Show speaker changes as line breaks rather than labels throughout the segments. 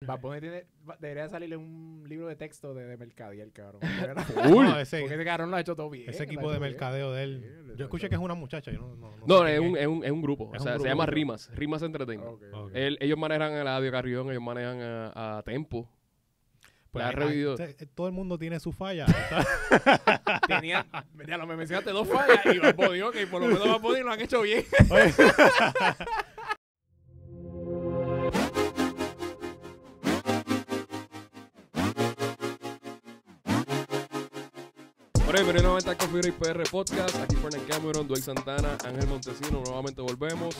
Bad Bunny tiene- va- debería salirle un libro de texto de, de mercadía, el cabrón.
Full.
No,
Porque
ese,
ese cabrón lo ha hecho todo bien.
ese
lo ha
equipo
hecho
de
bien.
mercadeo de él.
Sí,
Yo escuché que es una muchacha. Yo no, no, no
No,
sé
es
quién
un, es un- es un grupo.
Es
o sea,
un
se
grupo,
llama
un grupo.
Rimas. Rimas Entertainment.
Ok,
Ok.
ok.
Él- ellos manejan a la Carrión, ellos manejan a, a Tempo.
Pues
la has
hay-
revivido.
hay- te- Todo el mundo tiene su falla. ¿sabes?
Tenía, ya lo Ah, me mencionaste dos fallas y Bad Bunny, ok, por lo menos Bad Bunny lo han hecho bien.
Oye.
Bueno, y bienvenidos a Coffee Break PR Podcast. Aquí Fernan Cameron, Duay Santana, Ángel Montesino. Nuevamente volvemos.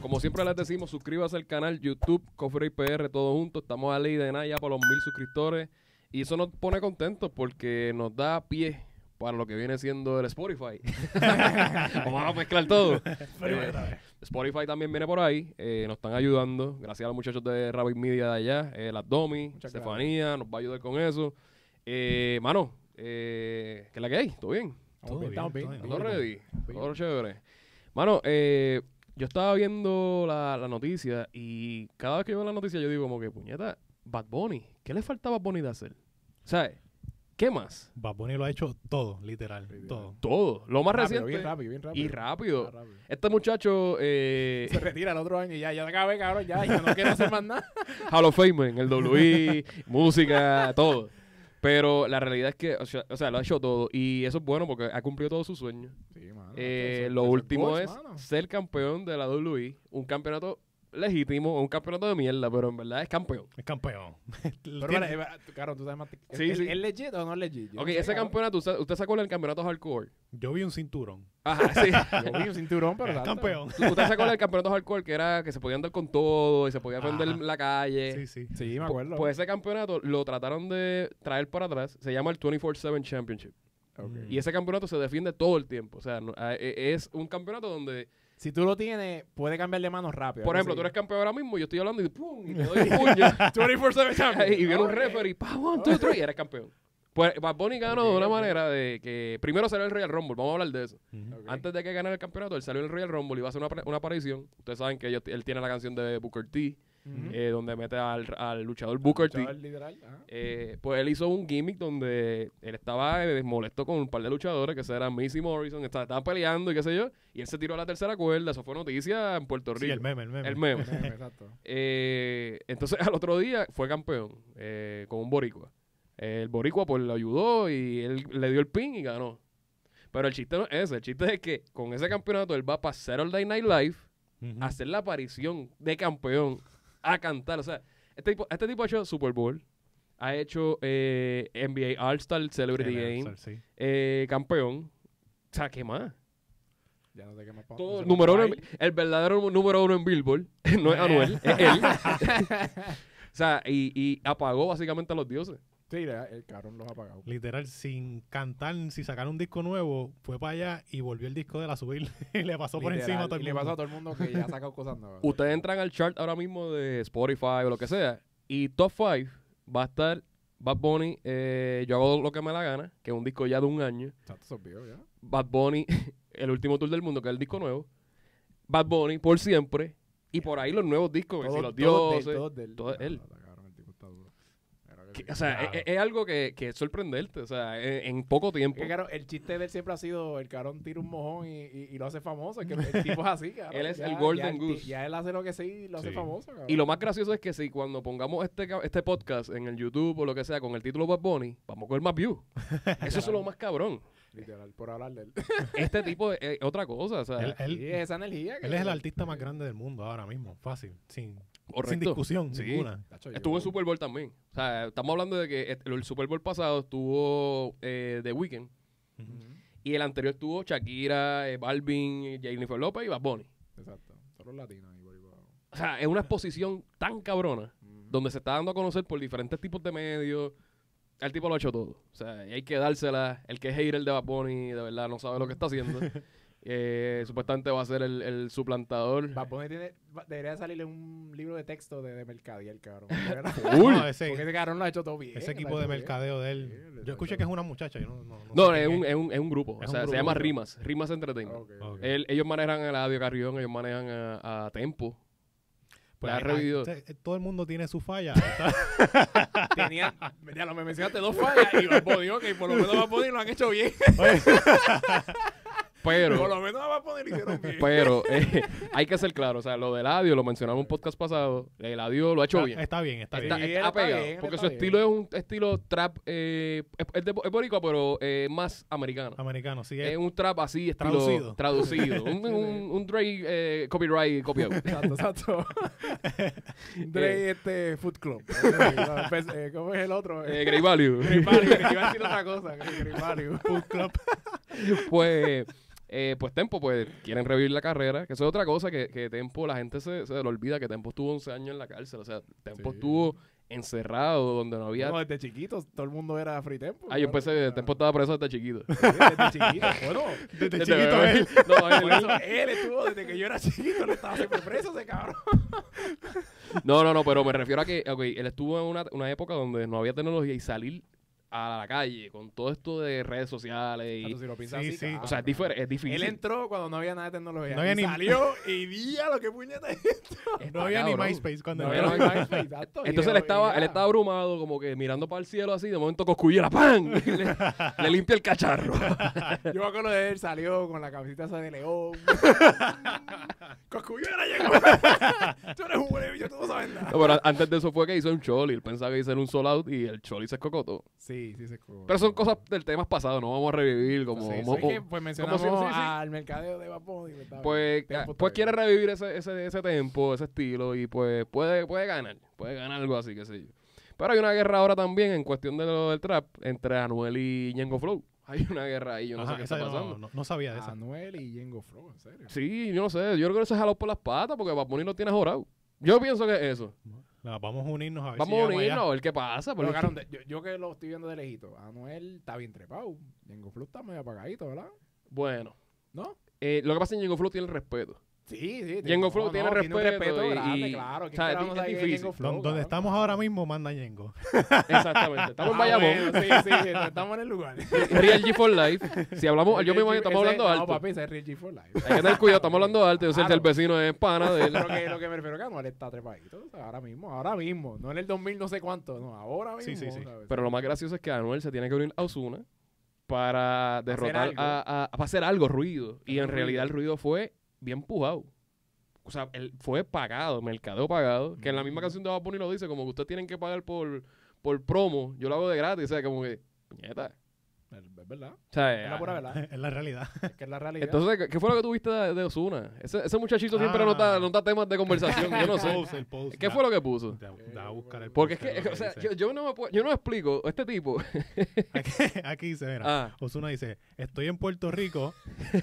Como siempre les decimos, suscríbase al canal YouTube Coffee Break PR, todo junto. Estamos a ley de nada ya por los mil suscriptores. Y eso nos pone contentos porque nos da pie para lo que viene siendo el Spotify. Vamos a mezclar todo. Eh, Spotify también viene por ahí. eh, nos están ayudando. Gracias a los muchachos de Rabbit Media de allá. eh, las Domi,
Muchas gracias.
Estefanía, nos va a ayudar con eso. Eh, mano, eh, ¿qué es la que hay? ¿Todo bien?
Todo bien,
Estamos bien,
todo
estamos
¿Todo
bien.
ready?
bien.
¿Todo chévere? Mano, eh, yo estaba viendo la, la noticia y cada vez que veo la noticia yo digo como que, puñeta, Bad Bunny, ¿qué le falta a Bad Bunny de hacer? ¿Sabes? ¿Qué más?
Bad Bunny lo ha hecho todo, literal.
Literal.
Todo.
Todo. Lo más
Rápido,
reciente.
bien rápido, bien rápido.
y rápido.
Ah, rápido.
Este muchacho, eh,
Se retira el otro año y ya, ya acabé, cabrón, ya, yo no quiero hacer más nada.
Hall of Famer en el WI, música, todo. Pero la realidad es que, o sea, o sea, lo ha hecho todo. Y eso es bueno porque ha cumplido todos sus sueños.
Sí, mano,
Eh,
eso- eso-
lo
eso
último
goals,
es
mano.
ser campeón de la WI. Un campeonato legítimo, un campeonato de mierda, pero en verdad es campeón.
Es campeón.
Pero,
Tiene-
vale, eh, va- claro, tú sabes más.
Sí,
¿es,
sí.
¿Es legit o no es legit? Yo
ok,
no sé,
ese
cabrón.
campeonato, ¿usted, usted se acuerda del campeonato hardcore?
Yo vi un cinturón.
Ajá, sí.
Yo vi un cinturón, pero.
Es
tanto.
campeón.
¿Tú- ¿Usted se acuerda del campeonato hardcore que era que se podía andar con todo y se podía prender
Ajá.
en la calle?
Sí, sí.
Sí, me acuerdo.
Pues ese campeonato lo trataron de traer para atrás. Se llama el 24-7 Championship.
Ok.
Y ese campeonato se defiende todo el tiempo. O sea, no- a- e- es un campeonato donde,
Si tú lo tienes, puede cambiar de manos rápido.
por
¿no?
ejemplo,
Sí.
tú eres campeón ahora mismo y yo estoy hablando y ¡pum! Y te doy un puño.
24/7 champion.
y viene un
Ok.
referee, pa, one, two, three, y eres campeón. Pues Bad Bunny ganó de
Ok,
una
ok.
manera de que primero salió el Royal Rumble, vamos a hablar de eso.
Ujú.
Ok.
Antes de que ganara el campeonato, él salió el Royal Rumble y va a hacer una, apare- una aparición. Ustedes saben que ellos- él tiene la canción de Booker T,
Ujú.
eh, donde mete al, al luchador Booker T.
Chaval, literal, ajá.
Eh, pues él hizo un gimmick donde él estaba eh, molesto con un par de luchadores que eran Missy Morrison, está- estaban peleando y qué sé yo, y él se tiró a la tercera cuerda, eso fue noticia en Puerto Rico.
Sí, el meme, el meme.
El meme.
Meme, Pues, Exacto.
Eh, entonces al otro día fue campeón eh, con un boricua. El boricua pues lo ayudó y él le dio el pin y ganó. Pero el chiste no es ese, el chiste es que con ese campeonato él va para Saturday Night Live
Ujú.
a hacer la aparición de campeón, a cantar. O sea, este tipo, este tipo ha hecho Super Bowl, ha hecho eh, NBA All-Star Celebrity
El
Game,
All-Star, sí.
eh, campeón. O sea, ¿qué más?
Ya no sé qué más pa- no
Todo
sé
el número uno,
más
en-
hay.
el verdadero número uno en Billboard, no es Anuel, es él. o sea, y, y apagó básicamente a los dioses.
Sí, el- el cabrón los ha pagado.
Literal, sin cantar, sin sacar un disco nuevo, fue para allá y volvió el disco de la subir y le pasó por
Literal,
encima a todo el
y le pasó a
mundo.
todo el mundo que ya ha sacado cosas nuevas.
Ustedes entran al chart ahora mismo de Spotify o lo que sea, y top 5 va a estar Bad Bunny, eh, Yo hago lo que me la gana, que es un disco ya de un año.
Exacto, esos videos, ya.
Bad Bunny, el último tour del mundo, que es el disco nuevo. Bad Bunny, por siempre. Y por ahí los nuevos discos, que si los
Todos- todos
dioses.
de él, todos de él.
todo es
Ya,
él.
no, está cabrón, el tipo está duro. Era que
que-
sí.
o sea, e,
Claro.
es, es algo que, que es sorprenderte, o sea, en, en poco tiempo.
Que, claro, el chiste de él siempre ha sido el cabrón tira un mojón y, y- y lo hace famoso. es que el tipo es así, cabrón.
Él es el Golden
ti-
Goose.
Ya él hace lo que sí y lo hace
Sí.
famoso, cabrón.
Y lo más gracioso es que si cuando pongamos este, ca- este podcast en el YouTube o lo que sea con el título Bad Bunny, vamos a coger más views. Eso es lo más cabrón.
Literal, por hablar de él.
Este tipo es, es otra cosa, o sea,
Él, él-
Sí, esa energía. que-
él es el artista más grande del mundo ahora mismo, fácil, sin, sin
correcto.
discusión
Sí.
ninguna.
Tacho, yo-
Estuvo en Super Bowl también. O sea, estamos hablando de que est- el Super Bowl pasado estuvo eh, The Weeknd.
Ujú.
Ujú,
Y el anterior tuvo Shakira, eh, Balvin, eh, Jennifer López y Bad Bunny.
Exacto. Son los latinos. ahí, por ahí, por abajo.
O sea, es una exposición tan cabrona
Ujú.
donde se está dando a conocer por diferentes tipos de medios. El tipo lo ha hecho todo. O sea, y hay que dársela. El que es hater de Bad Bunny, de verdad, no sabe lo que está haciendo. Eh, supuestamente va a ser el, el suplantador.
Bad Bunny tiene- va- debería salirle un libro de texto de, de mercadía, el cabrón.
Full.
No, ese,
Porque ese cabrón lo ha hecho todo bien.
ese
lo
equipo
ha
de
hecho
mercadeo de
Sí,
él.
le
Yo
salió.
escuché que es una muchacha, yo no, no, no
No,
sé
es
quién
un, es, un, es un grupo.
Es
o
un
sea,
grupo,
se llama
un grupo.
Rimas. Rimas
bien.
Entertainment.
Ok, ok.
Ok.
Él- ellos manejan a Eladio Carrión, ellos manejan a, a Tempo. La has revivido.
te- eh, todo el mundo tiene su falla. Está-
Tenía, ya lo me mencionaste dos fallas y Bad Bunny, ok, por lo menos Bad Bunny lo han hecho bien.
Oye,
por
Pero,
lo menos Bad Bunny lo hicieron bien.
pero, eh, hay que ser claro. O sea, lo del adiós lo mencionamos en un podcast pasado. El adiós lo ha hecho bien.
está bien, está
Está,
bien.
bien,
está
está
pegado,
bien,
porque
está
su
bien.
estilo es un estilo trap, eh, es, es de- es boricua, pero eh, más americano.
Americano, sí.
Es
Es,
un trap así, estilo traducido.
Ah, Traducido.
un, un, un Drake eh, copyright copiado.
Exacto, exacto. Dre, este, Food Club. Eh, pues, eh, ¿Cómo es el otro?
Eh, Grey Value.
Grimalio, que te iba a decir otra cosa. que Grimalio.
pues, eh, pues Tempo, pues quieren revivir la carrera. Que eso es otra cosa que, que Tempo, la gente se, se le olvida que Tempo estuvo 11 años en la cárcel. O sea, Tempo
Sí.
estuvo encerrado donde no había.
No, desde chiquito, todo el mundo era Free Tempo.
ah, yo
claro.
empecé, Tempo estaba preso desde chiquito.
Sí, Desde chiquito, bueno.
desde
Desde
chiquito
bebé.
él.
No, él-
¿eh? Por eso él estuvo desde que yo era chiquito, le estaba siempre preso ese cabrón.
No, no, no, pero me refiero a que, ok, él estuvo en una, una época donde no había tecnología y salir a la calle con todo esto de redes sociales. y-
Entonces, si lo piensas
Sí,
así,
sí.
cabrón.
o sea, es, difer- es
Él
difícil.
entró cuando no había nada de tecnología.
No había
y
ni-
salió y día lo que puñeta es.
Está
No había ni
cabrón.
MySpace cuando
No
entró.
había Entonces él estaba, él estaba abrumado, como que mirando para el cielo así, de momento coscuyera, ¡pam! Y le, le limpia el cacharro.
Yo me acuerdo de él, salió con la camiseta esa de león. Coscuyera llegó. tú eres un buen bicho, tú no sabes nada.
No, pero antes de eso fue que hizo un choli. Él pensaba que iba a hacer un sold out y el choli se escocotó.
Sí, sí, se escuchó.
Pero son cosas del tema pasado, no vamos a revivir como...
Sí, sí.
como-
Es que, pues mencionamos
sí, sí, sí.
al mercadeo de Vapón. y ¿verdad?
Pues,
Tempo
ah,
está
pues
bien.
quiere revivir ese, ese, ese tempo, ese estilo, y pues puede, puede ganar, puede ganar algo así, qué sé yo. Pero hay una guerra ahora también en cuestión de lo del trap entre Anuel y Ñengo Flow. Hay una guerra ahí, yo no
Ajá,
sé qué
esa
está
yo no-
pasando.
no- no sabía de esa.
Anuel y Yengo Flow, en serio.
Sí, yo no sé, yo creo que eso es jalado por las patas porque Bad Bunny lo tiene jorado. Yo pienso que es eso.
No, vamos a unirnos a ver si
Vamos a
llegamos allá.
unirnos a ver qué pasa. pues,
Pero, cabrón,
porque-
de- yo, yo que lo estoy viendo de lejito, Anuel está bien trepado. Yengo Flow está medio apagadito, ¿verdad?
Bueno,
¿No?
eh, lo que pasa es que Ñengo Flow tiene el respeto.
Sí, sí.
Yengo Flow tiene
un
respeto
respeto
y-
grande,
y-
claro. ¿Quién
o sea,
carajo
es
sabe quién es
difícil.
Yengo Flow,
Don-
cabrón?
donde estamos ahora mismo, manda Yengo.
Exactamente. Estamos en
Ah,
Bayamón.
bueno, sí, sí, sí, estamos en el lugar.
Real G for Life. Si hablamos, yo me imagino que estamos
Ese-
hablando
No,
alto.
papi, ese es Real G for Life.
Hay que tener cuidado, estamos hablando alto. Yo sé que el
Claro.
vecino es pana de él.
Pero que lo que me refiero es que Anuel está trepadito. o sea, ahora mismo, ahora mismo. No en el 2000 no sé cuánto, no, ahora mismo.
Sí, sí, sí.
¿sabes?
Pero lo más gracioso es que Anuel se tiene que unir a Osuna para derrotar
algo.
a, a- a- para hacer algo ruido. Y en
Hacer
realidad el ruido fue bien empujado. O sea, él fue pagado, mercadeo pagado. Que en la misma
Mm.
canción de Bad Bunny lo dice, como que ustedes tienen que pagar por, por promo. Yo lo hago de gratis. O sea, como que, puñeta.
Es verdad.
O sea, eh,
Es la pura verdad.
es la realidad.
Es que es la realidad.
Entonces, ¿qué- ¿qué fue lo que tuviste de, de Osuna? Ese, ese muchachito siempre
Ah.
anota, anota temas de conversación. Yo no
El
sé.
post, el post.
¿Qué
Da-
fue lo que puso?
da- da a buscar el
Porque es
post,
que,
lo
o sea,
dice.
yo, yo no me puedo- yo no me explico. Este tipo.
Aquí, aquí dice, mira,
Ah.
Osuna dice, estoy en Puerto Rico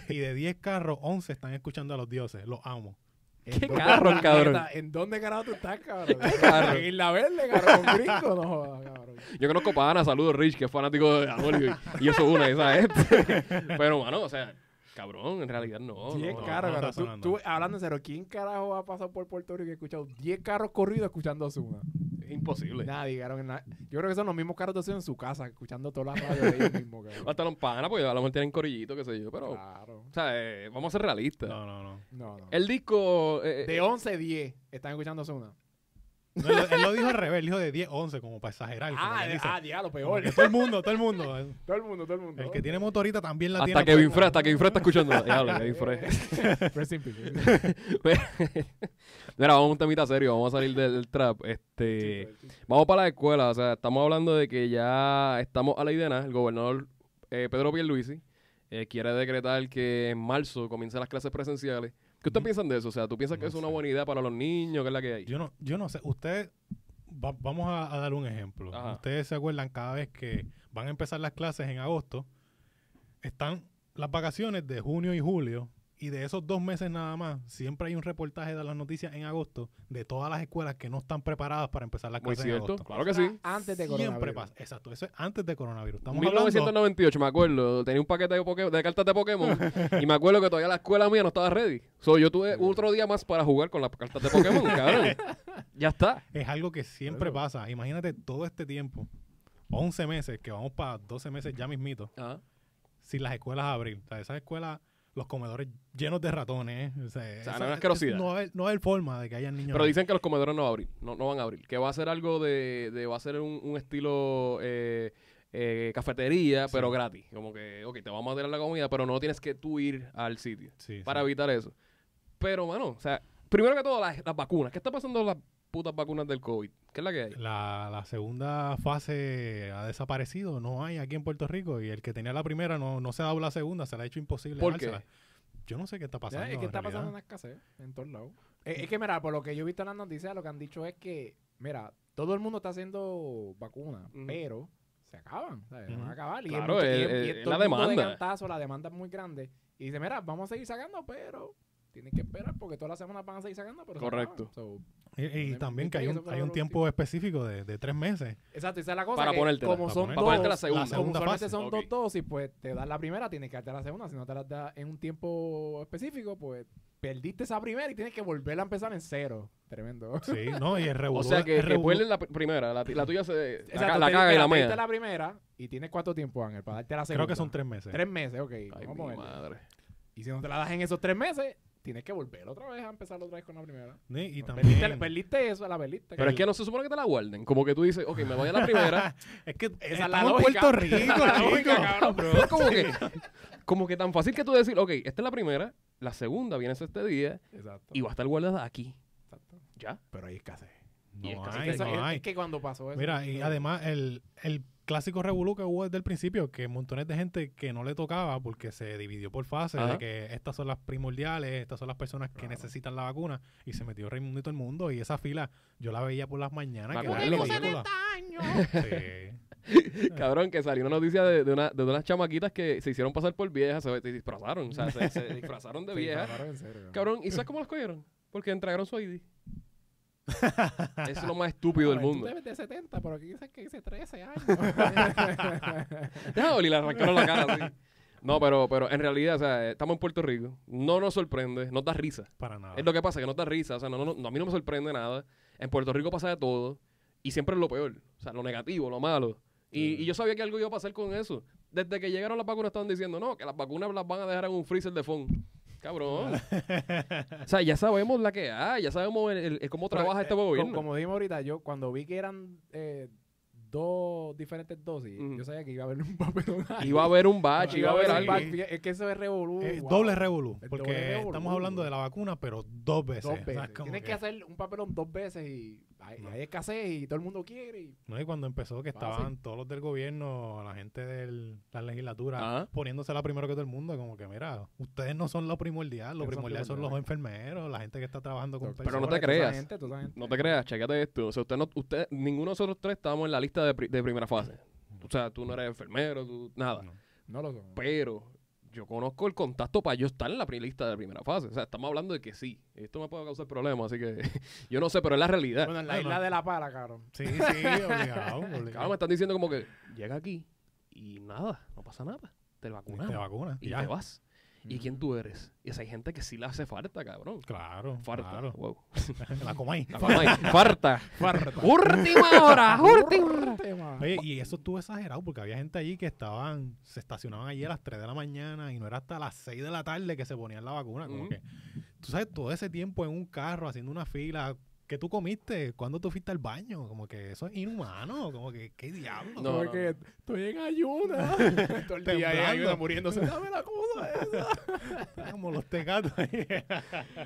y de 10 carros, 11 están escuchando a los dioses, los amo.
¿En
¿Qué
dónde,
carro, cabrón?
puñeta, ¿En dónde carajo tú estás, cabrón?
carro?
En Isla Verde, cabrón. Con gringo, no jodas, cabrón.
Yo conozco a Ana, saludos Rich, que es fanático de Anuel y, y eso es una de esas. este. Pero, mano, o sea, cabrón, en realidad no.
Diez
no.
carros,
Oh, no está
cabrón. Tú-
sonando.
Tú, hablando en serio, ¿quién carajo ha pasado por Puerto Rico y ha escuchado 10 carros corridos escuchando a Ozuna?
Es imposible.
Nadie, cabrón. na- Yo creo que son los mismos carros de Ozuna en su casa, escuchando todas las radios de ellos mismos, cabrón.
Hasta los panas, porque a lo mejor tienen corillito, qué sé yo, pero, o
Claro.
sea, eh, vamos a ser realistas.
No, no, no.
No, no.
El disco. eh,
de
eh,
11 10 están escuchando a Ozuna.
No, él, lo- él lo dijo al revés, él dijo de 10, 11, como para exagerar. como
Ah,
que
de-
dice.
ah, diablo,
Como
peor.
que todo el mundo, todo el mundo. El,
Todo el mundo, todo el mundo.
el que tiene motorita también la tiene. pues,
hasta Kevin Frey, hasta Kevin Frey está escuchando. Diablo, Kevin Frey.
Press Eh, in peace.
Mira, vamos a un temita serio, vamos a salir del, del trap. Este.
pues.
Vamos para la escuela, o sea, estamos hablando de que ya estamos a la idea, el gobernador eh, Pedro Pierluisi eh, quiere decretar que en marzo comiencen las clases presenciales. ¿Qué ustedes
Ujú.
piensan de eso? O sea, ¿tú piensas que
No
es una
sé.
buena idea para los niños? ¿Qué es la que hay?
Yo no, yo no sé, ustedes, va- vamos a, a dar un ejemplo.
Ajá.
Ustedes se acuerdan cada vez que van a empezar las clases en agosto, están las vacaciones de junio y julio, y de esos dos meses nada más, siempre hay un reportaje de las noticias en agosto de todas las escuelas que no están preparadas para empezar las
Muy
clases en
cierto,
agosto.
claro que sí.
Antes de
Siempre
coronavirus.
pasa, exacto, eso es antes de coronavirus. Estamos hablando
1998, me acuerdo, tenía un paquete de, Poké- de cartas de Pokémon y me acuerdo que todavía la escuela mía no estaba ready. So, yo tuve otro día más para jugar con las cartas de Pokémon, cabrón. Ya está.
es algo que siempre
Claro.
pasa. Imagínate todo este tiempo, 11 meses, que vamos para 12 meses ya mismito,
Ajá.
sin las escuelas a abrir. O sea, esas escuelas, los comedores llenos de ratones. eh. O sea,
sea,
esa-
no es una
es-
asquerosidad.
No va a haber, no va a haber forma de que hayan niños.
Pero
ahí.
dicen que los comedores no, va a abrir, no, no van a abrir. Que va a ser algo de, de va a ser un, un estilo eh, eh, cafetería, pero gratis. Como que, ok, te vamos a tirar la comida, pero no tienes que tú ir al sitio.
Sí,
Para
sí.
evitar eso. Pero, mano, o sea, primero que todo, las, las vacunas. ¿Qué está pasando con las putas vacunas del COVID? ¿Qué es la que hay?
La, la segunda fase ha desaparecido, no hay aquí en Puerto Rico y el que tenía la primera no, no se ha dado la segunda, se la ha hecho imposible.
¿Por qué?
dársela. Yo no sé qué está pasando.
Ya, es que
en
está
realidad.
pasando una escasez en todos lados. Es, es que, mira, por lo que yo he visto en las noticias, lo que han dicho es que, mira, todo el mundo está haciendo vacunas,
Ujú.
pero se acaban, ¿sabes? Se van
Ujú.
a acabar. Y
Claro,
mucho-
es-
y
es-
y
es
todo
la
el mundo de
demanda.
cantazo, la demanda es muy grande. Y dice, mira, vamos a seguir sacando, pero tienen que esperar porque todas las semanas van a seguir sacando, pero se
Correcto.
acaban. So,
Y, y
Problema.
también que hay
Viste que
un,
eso fue
hay
lo
un tiempo específico de, de tres meses.
exacto, esa es la cosa.
Para
que
ponértela,
Como
para
son
poner-
Para
dos,
ponerte la segunda.
la
como
segunda
solamente
fase.
son
Ok.
dos dosis, pues te das la primera, tienes que darte la segunda. Si no te la das en un tiempo específico, pues perdiste esa primera y tienes que volverla a empezar en cero. Tremendo.
Sí, no, y el revolú-
O sea, que
el revolú-
recuerden la pr- primera, la, ti- la tuya se... La, ca-
Exacto,
la
te-
caga y
espera,
la
te diste
mea.
la primera y tienes cuánto tiempo, Ángel, para darte la segunda.
creo que son tres meses.
Tres meses, ok.
Ay, mi
vamos a ponerle.
madre.
Y si no te la das en esos tres meses, tienes que volver otra vez a empezar otra vez con la primera.
Sí, y
No,
también,
perdiste, perdiste eso, la perdiste.
Pero es que no se supone que te la guarden. Como que tú dices, ok, me voy a la primera.
es que
es la
estamos en
lógica.
Puerto Rico,
La lógica,
chico.
cabrón.
Es como que, como que tan fácil que tú decir, ok, esta es la primera, la segunda viene este día
Exacto.
y va a estar guardada aquí.
exacto.
Ya.
Pero hay escasez.
Y es
No
que
hay,
Eso- es,
no hay.
es que cuando pasó eso.
Mira, y
eso-
además el, el clásico revolú que hubo desde el principio, que montones de gente que no le tocaba porque se dividió por fases,
Ajá.
de que estas son las primordiales, estas son las personas que
Claro.
necesitan la vacuna, y se metió Raimundo y todo el mundo, y esa fila yo la veía por las mañanas,
Me
que
acuerdo.
era
Porque
ridícula. Este Sí.
Eh.
Cabrón, que salió una noticia de, de una- de unas chamaquitas que se hicieron pasar por viejas, se, se disfrazaron, o sea, se, se disfrazaron de
se
viejas.
dispararon en serio.
Cabrón, ¿y sabes cómo las cogieron? Porque entregaron su ID. Eso es lo más estúpido del
Ahora, tú
mundo.
te ves de 70, pero aquí dices que dice 13 años.
Deja de oler, le arrancaron la cara así. No, pero, pero en realidad, o sea, eh, estamos en Puerto Rico. No nos sorprende, nos da risa.
Para nada.
Es lo que pasa, que no te risa. O sea, no, no- no- a mí no me sorprende nada. En Puerto Rico pasa de todo. Y siempre es lo peor. O sea, lo negativo, lo malo. Y,
Mm.
y yo sabía que algo iba a pasar con eso. Desde que llegaron las vacunas estaban diciendo, no, que las vacunas las van a dejar en un freezer de fondo. Cabrón. o sea, ya sabemos la que hay. Ya sabemos el, el- el cómo
Pero,
trabaja
eh,
este
co-
gobierno.
Como dijimos ahorita, yo cuando vi que eran eh, dos diferentes dosis,
Ujú.
yo sabía que iba a haber un papelón. ahí.
Iba a haber un bache,
Iba a haber
algo.
un back- Es que eso es revolú.
Eh,
wow.
Doble revolú,
El
porque
doble revolú,
estamos hablando de la vacuna, pero dos veces.
Dos
O sea, es
veces.
como
Tienes que...
que-
hacer un papelón dos veces y hay,
No.
hay escasez y todo el mundo quiere. y-
No, y cuando empezó
Ah,
que
Fácil.
estaban todos los del gobierno, la gente de la legislatura,
Ajá.
poniéndosela primero que todo el mundo, como que mira, ustedes no son lo primordial,
No
lo
son
primordial son los
primordial.
enfermeros, la gente que está trabajando con
Pero no
personas.
te
Sobre toda
creas.
esa gente, toda esa gente.
No te creas, chécate esto. O sea, usted no, usted, ninguno de nosotros tres estábamos en la lista de, pri- de primera fase. O sea, tú no eres enfermero, tú, nada.
No.
No lo son.
pero yo conozco el contacto para yo estar en la pri- lista de primera fase. O sea, estamos hablando de que sí. Esto me puede causar problemas, así que yo no sé, pero es la realidad.
Bueno, en la
No,
isla
no.
de la pala, cabrón.
Sí, sí, obligado, obligado.
Cabrón, me están diciendo como que llega aquí y nada, no pasa nada. Te
Y
vacunamos
te vacunas,
y
ya.
te vas. ¿Y
Ujú.
quién tú eres? Y esa hay gente que sí le hace falta, cabrón.
Claro,
Farta.
claro.
Wow.
La comáis.
La mamá ahí, Farta.
Farta.
Última hora, última hora.
Última.
Oye, y eso estuvo exagerado porque había gente allí que estaban, se estacionaban allí a las 3 de la mañana y no era hasta las 6 de la tarde que se ponían la vacuna. Como
Ujú.
que, tú sabes, todo ese tiempo en un carro haciendo una fila, ¿qué tú comiste? ¿Cuándo tú fuiste al baño? Como que eso es inhumano, como que, ¿qué diablo?
No,
Como
no,
que estoy en ayuna. Todo el día en
Temblando.
ayuna muriéndose. Dame la cosa esa.
Como los tecatos. ahí.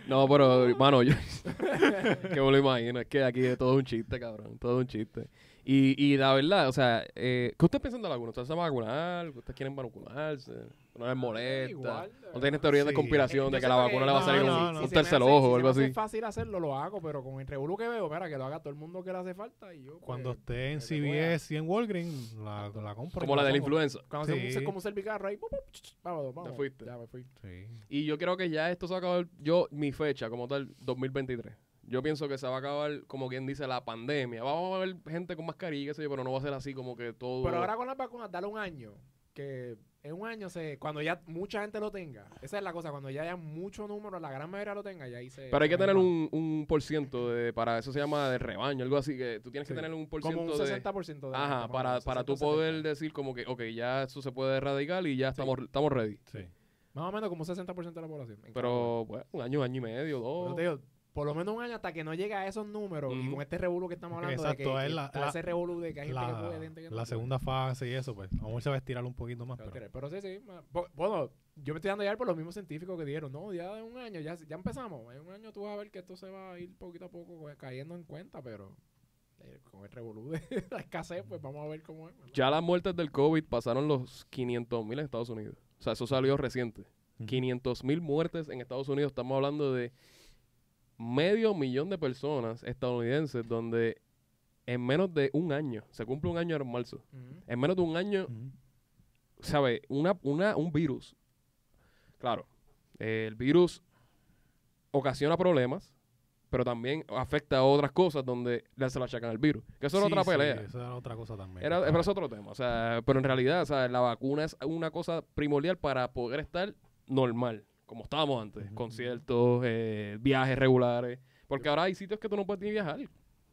No, pero, hermano, yo. que me lo imagino. Es que aquí es todo un chiste, cabrón. Todo un chiste. Y, y la verdad, o sea, eh, ¿qué ustedes piensan de la vacuna? ¿Ustedes se van a vacunar? ¿Ustedes quieren vacunarse? ¿No les molesta?
Ah, Igual, de
¿No tienen
verdad.
teoría de
Sí.
conspiración
Eh,
de
yo
que la
siento
vacuna le va a
no,
salir
no,
un,
no.
un
si se me
tercer
hace-
ojo
si
o
se
algo
me hace
así?
fácil hacerlo, lo hago, pero con el revolú que veo, mira, que lo haga todo el mundo que le hace falta y yo. pues,
Cuando esté en
que te pueda.
CBS y en Walgreens, la, la compro. y
Como la de la
pongo.
influenza.
Cuando se-
Sí.
se como un cervicarro ahí, pum, pum, ch, ch, vámonos, vámonos.
fuiste.
Ya me fui.
Sí.
Y yo creo que ya esto se va a acabar. Yo, mi fecha como tal, 2023. Yo pienso que se va a acabar, como quien dice, la pandemia. Vamos a ver gente con mascarilla, qué sé yo, pero no va a ser así como que todo.
Pero ahora con las vacunas, dale un año. Que en un año se. Cuando ya mucha gente lo tenga. Esa es la cosa. Cuando ya haya mucho número, la gran mayoría lo tenga, ya ahí se.
Pero hay que tener
Como
un, un por ciento de, para eso se llama de rebaño, algo así, que tú tienes que
Sí.
tener un por
Como
ciento
un
de...
60% de. la
Ajá,
gente,
para,
más o menos,
para tú
60,
poder
70.
decir como que, ok, ya eso se puede erradicar y ya estamos, estamos ready.
Sí.
Más o menos como un 60% de la población. en cada
Pero, bueno, un año, año y medio,
pueblo. Pero
dos.
te digo, por lo menos un año hasta que no llega a esos números y
Ujú.
con este revolú que estamos hablando de
Exacto,
que,
es
que
la-
está
la-
ese revolú de que hay gente que puede, gente que
La,
no
la
puede.
segunda fase y eso, pues. A lo mejor se va a estirar un poquito más.
Pero,
Pero,
tiene- pero sí, sí. ma- bo- Bueno, yo me estoy dando ya por los mismos científicos que dijeron, no, ya de un año, ya, ya empezamos. En un año tú vas a ver que esto se va a ir poquito a poco pues, cayendo en cuenta, pero eh, con el revolú de la escasez, pues vamos a ver cómo es. ¿verdad?
Ya las muertes del COVID pasaron los 500 mil en Estados Unidos. O sea, eso salió reciente.
Ujú.
500 mil muertes en Estados Unidos. Estamos hablando de medio millón de personas estadounidenses donde en menos de un año, se cumple un año ahora en marzo,
Ujú.
en menos de un año
Ujú.
¿sabes? Una, una, un virus. Claro, eh, el virus ocasiona problemas, pero también afecta a otras cosas donde le- se lo achacan al virus. Que eso era
Sí,
otra
sí,
pelea.
eso era otra cosa también.
Era,
Claro.
pero es otro tema. O sea, pero en realidad, ¿sabes? La vacuna es una cosa primordial para poder estar normal, como estábamos antes.
Ujú.
Conciertos, eh, viajes regulares. Porque ahora hay sitios que tú no puedes ni viajar.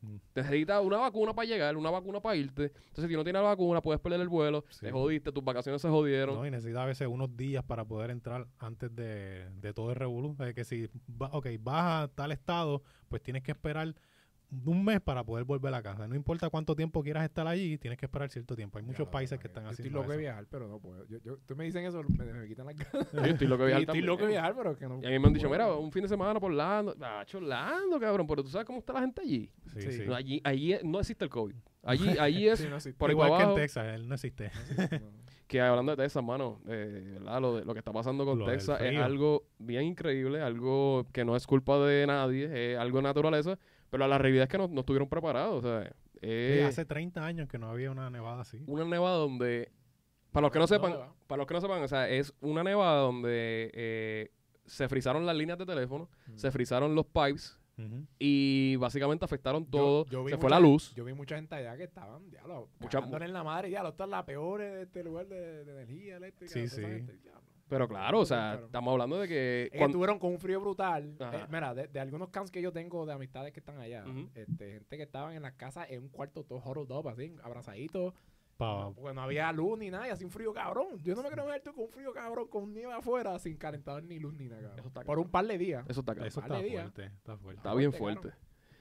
Mm.
Te necesitas una vacuna para llegar, una vacuna para irte. Entonces, si no tienes la vacuna, puedes perder el vuelo.
Sí.
Te jodiste, tus vacaciones se jodieron.
Ah, No, y necesita a veces unos días para poder entrar antes de, de todo el revolú. De que si va, ok, vas a tal estado, pues tienes que esperar un mes para poder volver a casa. No importa cuánto tiempo quieras estar allí, tienes que esperar cierto tiempo. Hay muchos
Ya,
países
María,
que están
yo
haciendo
Estoy loco de
eso.
viajar, pero no puedo. Yo, yo, tú me dicen eso, me, me quitan las ganas.
Yo estoy loco de viajar
Y estoy
también.
loco de viajar, pero que no.
Y a mí me han
no
dicho,
puedo.
mira, un fin de semana por Lando. Ah, cholando, cabrón. Pero tú sabes cómo está la gente allí.
Sí,
Sí.
sí.
No, Allí, allí es- no existe el COVID. Allí, allí es.
Sí, no, sí,
por ahí
Igual
para
que
abajo.
en Texas, él no existe.
no.
Que hablando de Texas, mano, eh, ¿verdad? Lo, de- lo que está pasando con
Lo del
Texas es
frío.
algo bien increíble, algo que no es culpa de nadie, es algo de naturaleza, pero la realidad es que no, no estuvieron preparados. O sea,
Sí,
es
hace 30 años que no había una nevada así.
una nevada donde, para los que no
¿Dónde
sepan,
va?
para los que no sepan, o sea, es una nevada donde eh, se frizaron las líneas de teléfono,
Mm.
se frizaron los pipes,
Ujú.
y básicamente afectaron
Yo-
todo.
yo vi
se fue
mucha
la luz.
Yo vi mucha gente allá que estaban, diablo,
Mucha-
cagándole en la madre, diablo, esta es la peor de este lugar de, de energía eléctrica.
Sí,
toda esa
sí.
gente, diablo.
pero claro, o sea,
Claro.
estamos hablando de que.
Es que
cuando-
estuvieron con un frío brutal.
Ajá.
Eh, mira, de, de algunos camps que yo tengo de amistades que están allá,
Ujú.
este, gente que estaban en las casas en un cuarto todo huddled up, así, abrazaditos,
Ah.
Pa-
porque no había luz ni nada, y así un frío cabrón. Yo no me quiero ver tú con un frío cabrón, con nieve afuera, sin calentador ni luz ni nada, cabrón.
Eso está
Por un par de días.
eso está,
eso
par
está
de días.
fuerte, está fuerte.
está bien
fuerte,
fuerte.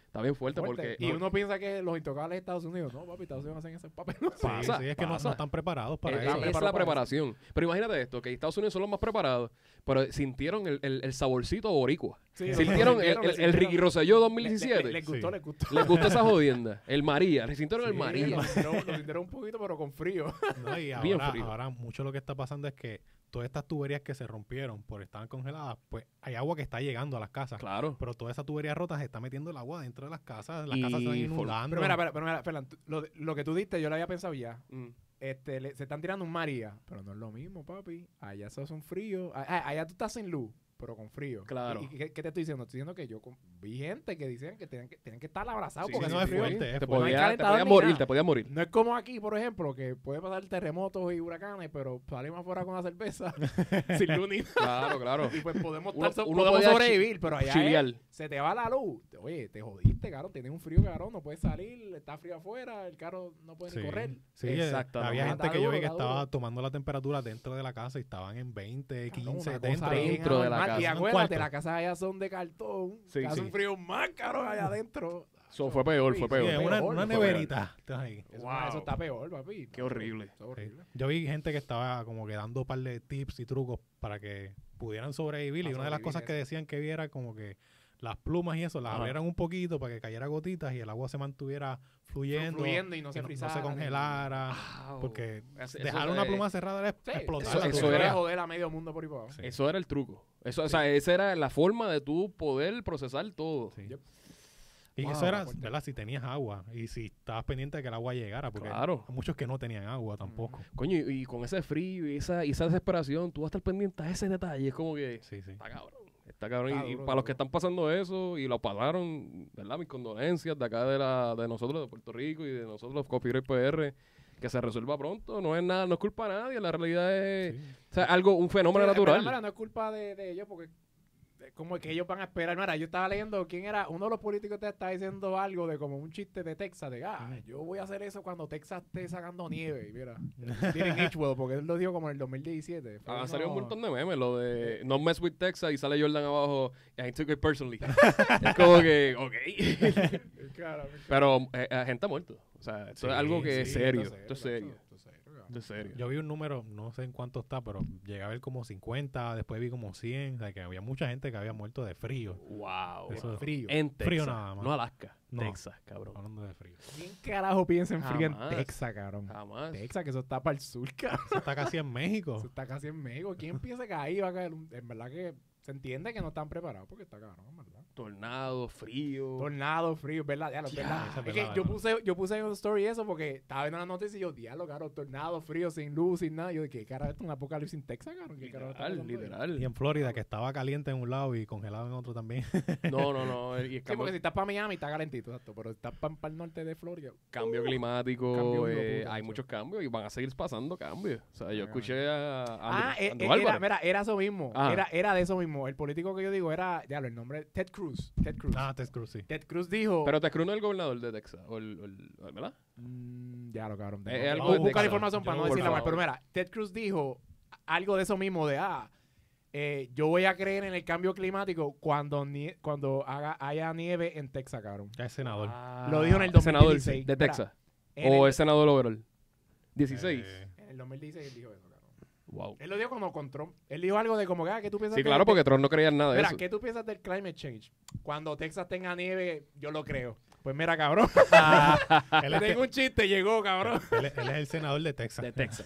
Está bien fuerte,
Fuerte.
porque.
y
no,
uno piensa que los intocables de Estados Unidos, no, papi, Estados Unidos hacen ese papel.
Sí,
pasa,
sí, es que no-
pasa.
no están preparados para
Eh, es,
eso.
es
Preparado
la
para
preparación. Pero imagínate esto: que Estados Unidos son los más preparados, pero sintieron el, el- el saborcito boricua.
Sí,
Sintieron
lo
el, el, el
sintieron.
Ricky Rosselló
Le- le-
2017.
le- Les gustó,
Sí.
les gustó.
Les gustó esa jodienda. El María. Sintieron el
Sí,
María.
Lo sintieron, lo sintieron un poquito, pero con frío.
No, y
Bien
ahora,
frío.
ahora mucho lo que está pasando es que todas estas tuberías que se rompieron por estar congeladas, pues hay agua que está llegando a las casas.
Claro.
Pero toda esa tubería rota se está metiendo el agua dentro de las casas. Las
Y
casas se están
for-
inundando.
Pero mira, pero, pero mira, Fernan, tú- lo, de- lo que tú diste, yo lo había pensado ya.
Mm.
Este, le- se están tirando un María, pero no es lo mismo, papi. Allá eso es un frío. Ah, ah, Allá tú estás sin luz, pero con frío.
Claro.
¿Y, y qué, qué te estoy diciendo? Estoy diciendo que yo con- vi gente que decían que tenían que, tenían que estar abrazados
Sí,
porque
sí,
no
es
es frío.
fuerte, es
Te
fuerte.
No hay
podías te
calentador
podías
ni
morir,
nada.
te podías morir.
No es como aquí, por ejemplo, que puede pasar terremotos y huracanes, pero salimos afuera con la cerveza sin luz ni
Claro, claro.
Y pues podemos,
Uno-
estar so-
uno
podemos
podía
sobrevivir, pero allá
chilear.
es, se te va la luz. Oye, te jodiste, cabrón. Tienes un frío, cabrón. No puedes salir, está frío afuera, el carro no puede
Sí,
ni correr.
sí, eh,
Exacto,
Había
no,
gente
está
que yo
duro,
vi que
está
estaba
duro.
tomando la temperatura dentro de la casa y estaban en 20,
Cabrón,
15,
una cosa
dentro.
bien
Dentro de la
anormal.
casa.
Y
En un
acuérdate,
cuarto.
las casas allá son de cartón.
Sí,
que hace
sí.
un frío más caro allá adentro.
So, fue peor, fue
Sí,
Sí,
peor.
es una,
peor, fue
una neverita. estás ahí.
Eso,
Wow.
eso está peor, papi.
Qué horrible.
Está horrible.
Yo vi gente que estaba como que dando un par de tips y trucos para que pudieran sobrevivir.
Para
y una de las cosas
sobrevivir,
que decían que vi era como que las plumas y eso las
Ajá.
abrieran un poquito para que cayera gotitas y el agua se mantuviera fluyendo,
Fluyendo y no
que
se
no, no
frizara.
se congelara.
Wow.
Porque
Eso-
dejar
eso
una
es-
pluma cerrada era
Sí,
explotar.
eso,
la
eso
tubería.
era joder a medio mundo por ahí para abajo.
Sí.
Eso era el truco. Eso, O sea, esa era la forma de tú poder procesar todo.
Sí.
Yep.
Y
Wow,
eso era,
fuerte.
¿verdad? Si tenías agua y si estabas pendiente de que el agua llegara, porque
Claro.
hay muchos que no tenían agua tampoco.
Mm.
Coño, y, y con ese frío y esa, y esa desesperación, tú vas a estar pendiente a ese detalle. Es como que
Sí, sí.
está cabrón. Está cabrón.
Está
y, y
duro,
para los que
duro.
están pasando eso y lo pasaron, ¿verdad? Mis condolencias de acá de, la, de nosotros, de Puerto Rico y de nosotros, los Copyright PR. Que se resuelva pronto. No es nada, no es culpa de nadie. La realidad es
Sí.
o sea, algo, un fenómeno
Sí, espera,
natural.
mira, no es culpa de, de ellos porque eh, como que ellos van a esperar. Mira, yo estaba leyendo quién era, uno de los políticos te estaba diciendo algo de como un chiste de Texas, de, ah, yo voy a hacer eso cuando Texas esté sacando nieve. Y mira, tienen Hitchwell, porque él lo dijo como en el 2017. Fue
Han
uno-
salido Ah, un montón de memes, lo de No mess with Texas y sale Jordan abajo, I took it personally. es como que, ok.
Cara, me-
Pero eh, eh, gente ha muerto. O sea, esto es
Sí,
algo que
sí,
es serio.
está
Esto es
tacho,
serio.
esto es serio, cabrón.
Esto es serio.
Yo vi un número, no sé en cuánto está, pero llegué a ver como 50, después vi como 100, o sea, que había mucha gente que había muerto de frío.
Wow.
Eso es
Frío.
En Texas.
Frío nada más.
No Alaska.
No.
Texas, cabrón.
Hablando de frío.
¿Quién carajo piensa en frío en
Jamás.
Texas, cabrón?
Jamás.
Texas, que eso está para el sur, cabrón.
Eso está casi en México.
Eso está casi en México. ¿Quién piensa que ahí va a caer? un- En verdad que se entiende que no están preparados porque está cabrón, en ¿verdad?
Tornado, frío.
Tornado, frío, ¿verdad? Diablo, es
Ya,
verdad.
esa es
Es que
verdad,
yo
¿no?
puse, yo puse en un story eso porque estaba viendo la noticia y yo, diablo, caro, tornado, frío, sin luz, sin nada. Yo, ¿qué carajo esto? ¿Un apocalipsis en Texas, caro? ¿Qué carajo está
Literal,
pasando ahí?
Y
literal.
en Florida, que estaba caliente en un lado y congelado en otro también.
No, no, no. Y es
Sí,
cambio,
porque si estás para Miami está calentito, exacto. Pero si estás para el norte de Florida,
cambio climático.
Cambio, hijo de
eh,
puta,
hay
macho.
muchos cambios y van a seguir pasando cambios. O sea, yo
Ah,
escuché a, a
Ah,
Andrew-
eh,
Andrew
eh, era,
Álvarez.
mira, era eso mismo.
Ah.
Era, era de eso mismo. El político que yo digo era, ya lo, el nombre, Ted Cruz. Ted Cruz.
Ah, Ted Cruz, sí.
Ted Cruz dijo.
Pero te no es el gobernador de Texas. O el, o el- o el- ¿Verdad?
Mm, ya lo cabrón.
Eh,
tengo-
algo
Vamos a
de
buscar
Texas.
información para
Yo,
no
por
decir la mal. Pero
favor.
mira, Ted Cruz dijo algo de eso mismo: de ah, eh, yo voy a creer en el cambio climático cuando, nie- cuando haga, haya nieve en Texas, cabrón.
Ya es senador.
Lo dijo en el
Ah, Senador
2016.
sí, de
Mira,
Texas.
En
o
el-
es senador overall. 16.
Eh,
En el 2016 él dijo eso, cabrón.
wow.
Él lo dijo cuando con Trump. Él dijo algo de como que, ah, ¿qué tú piensas?
Sí,
que-
claro, porque Trump no creía en nada de
Mira,
eso.
¿qué tú piensas del climate change? Cuando Texas tenga nieve, yo lo creo. Pues mira, cabrón. Ah.
él, es,
Tengo un chiste, llegó, cabrón.
él es- él es el senador de Texas.
De Texas.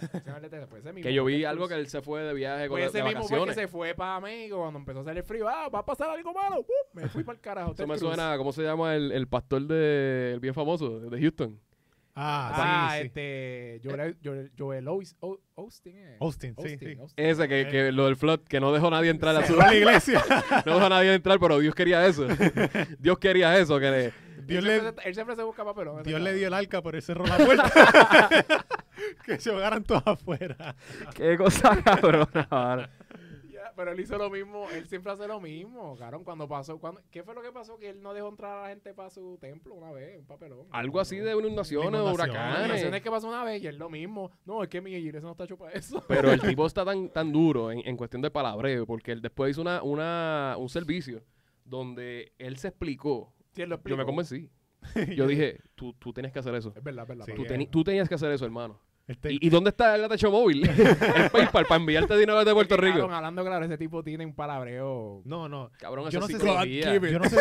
Pues ese mismo,
Que yo vi
Ted
algo
Cruz.
que él se fue de viaje con
Pues
de
ese mismo fue que
vacaciones.
se fue para México cuando empezó a hacer el frío. Ah, va a pasar algo malo. Uh, me fui para el carajo.
Eso
Ted
me
Cruz.
suena, ¿cómo se llama el, el pastor de, el bien famoso de Houston?
Ah,
Ah,
sí, sí.
este. Joel, Joel, Joel Ois- O- Austin, ¿eh?
Austin, sí,
Austin,
sí.
Austin.
Ese que, que lo del flood, que no dejó nadie entrar a su,
Se va a la iglesia.
no dejó nadie entrar, pero Dios quería eso. Dios quería eso, que le-
Dios
él,
le,
siempre, se- él siempre se busca papelón. ese
Dios le
cabrón.
dio el arca, pero él cerró la puerta. que se ahogaran todos afuera.
qué cosa cabrona. mano.
Ya, pero él hizo lo mismo. Él siempre hace lo mismo, cabrón. Cuando pasó. Cuando, ¿Qué fue lo que pasó? Que él no dejó entrar a la gente para su templo una vez. Un papelón.
Algo así de inundaciones o
Inundaciones.
Inundaciones
huracanes.
que pasó una vez y es lo mismo. No, es que mi iglesia no está hecho para eso.
Pero el tipo está tan, tan duro en, en cuestión de palabreo, porque él después hizo una, una, un servicio donde él se explicó.
Sí, él lo
Yo me
explicó.
convencí. Yo dije, tú, tú tienes que hacer eso.
Es verdad, es verdad.
Sí,
Tú,
papá.
teni- tú tenías que hacer eso, hermano.
Este-
¿Y, y dónde está el atacho móvil? el PayPal para enviarte dinero desde Puerto
Cabrón,
Rico.
hablando claro, ese tipo tiene un palabreo.
no, no.
Cabrón, eso
Yo no
es
sé si-
psicología.
Yo no, sé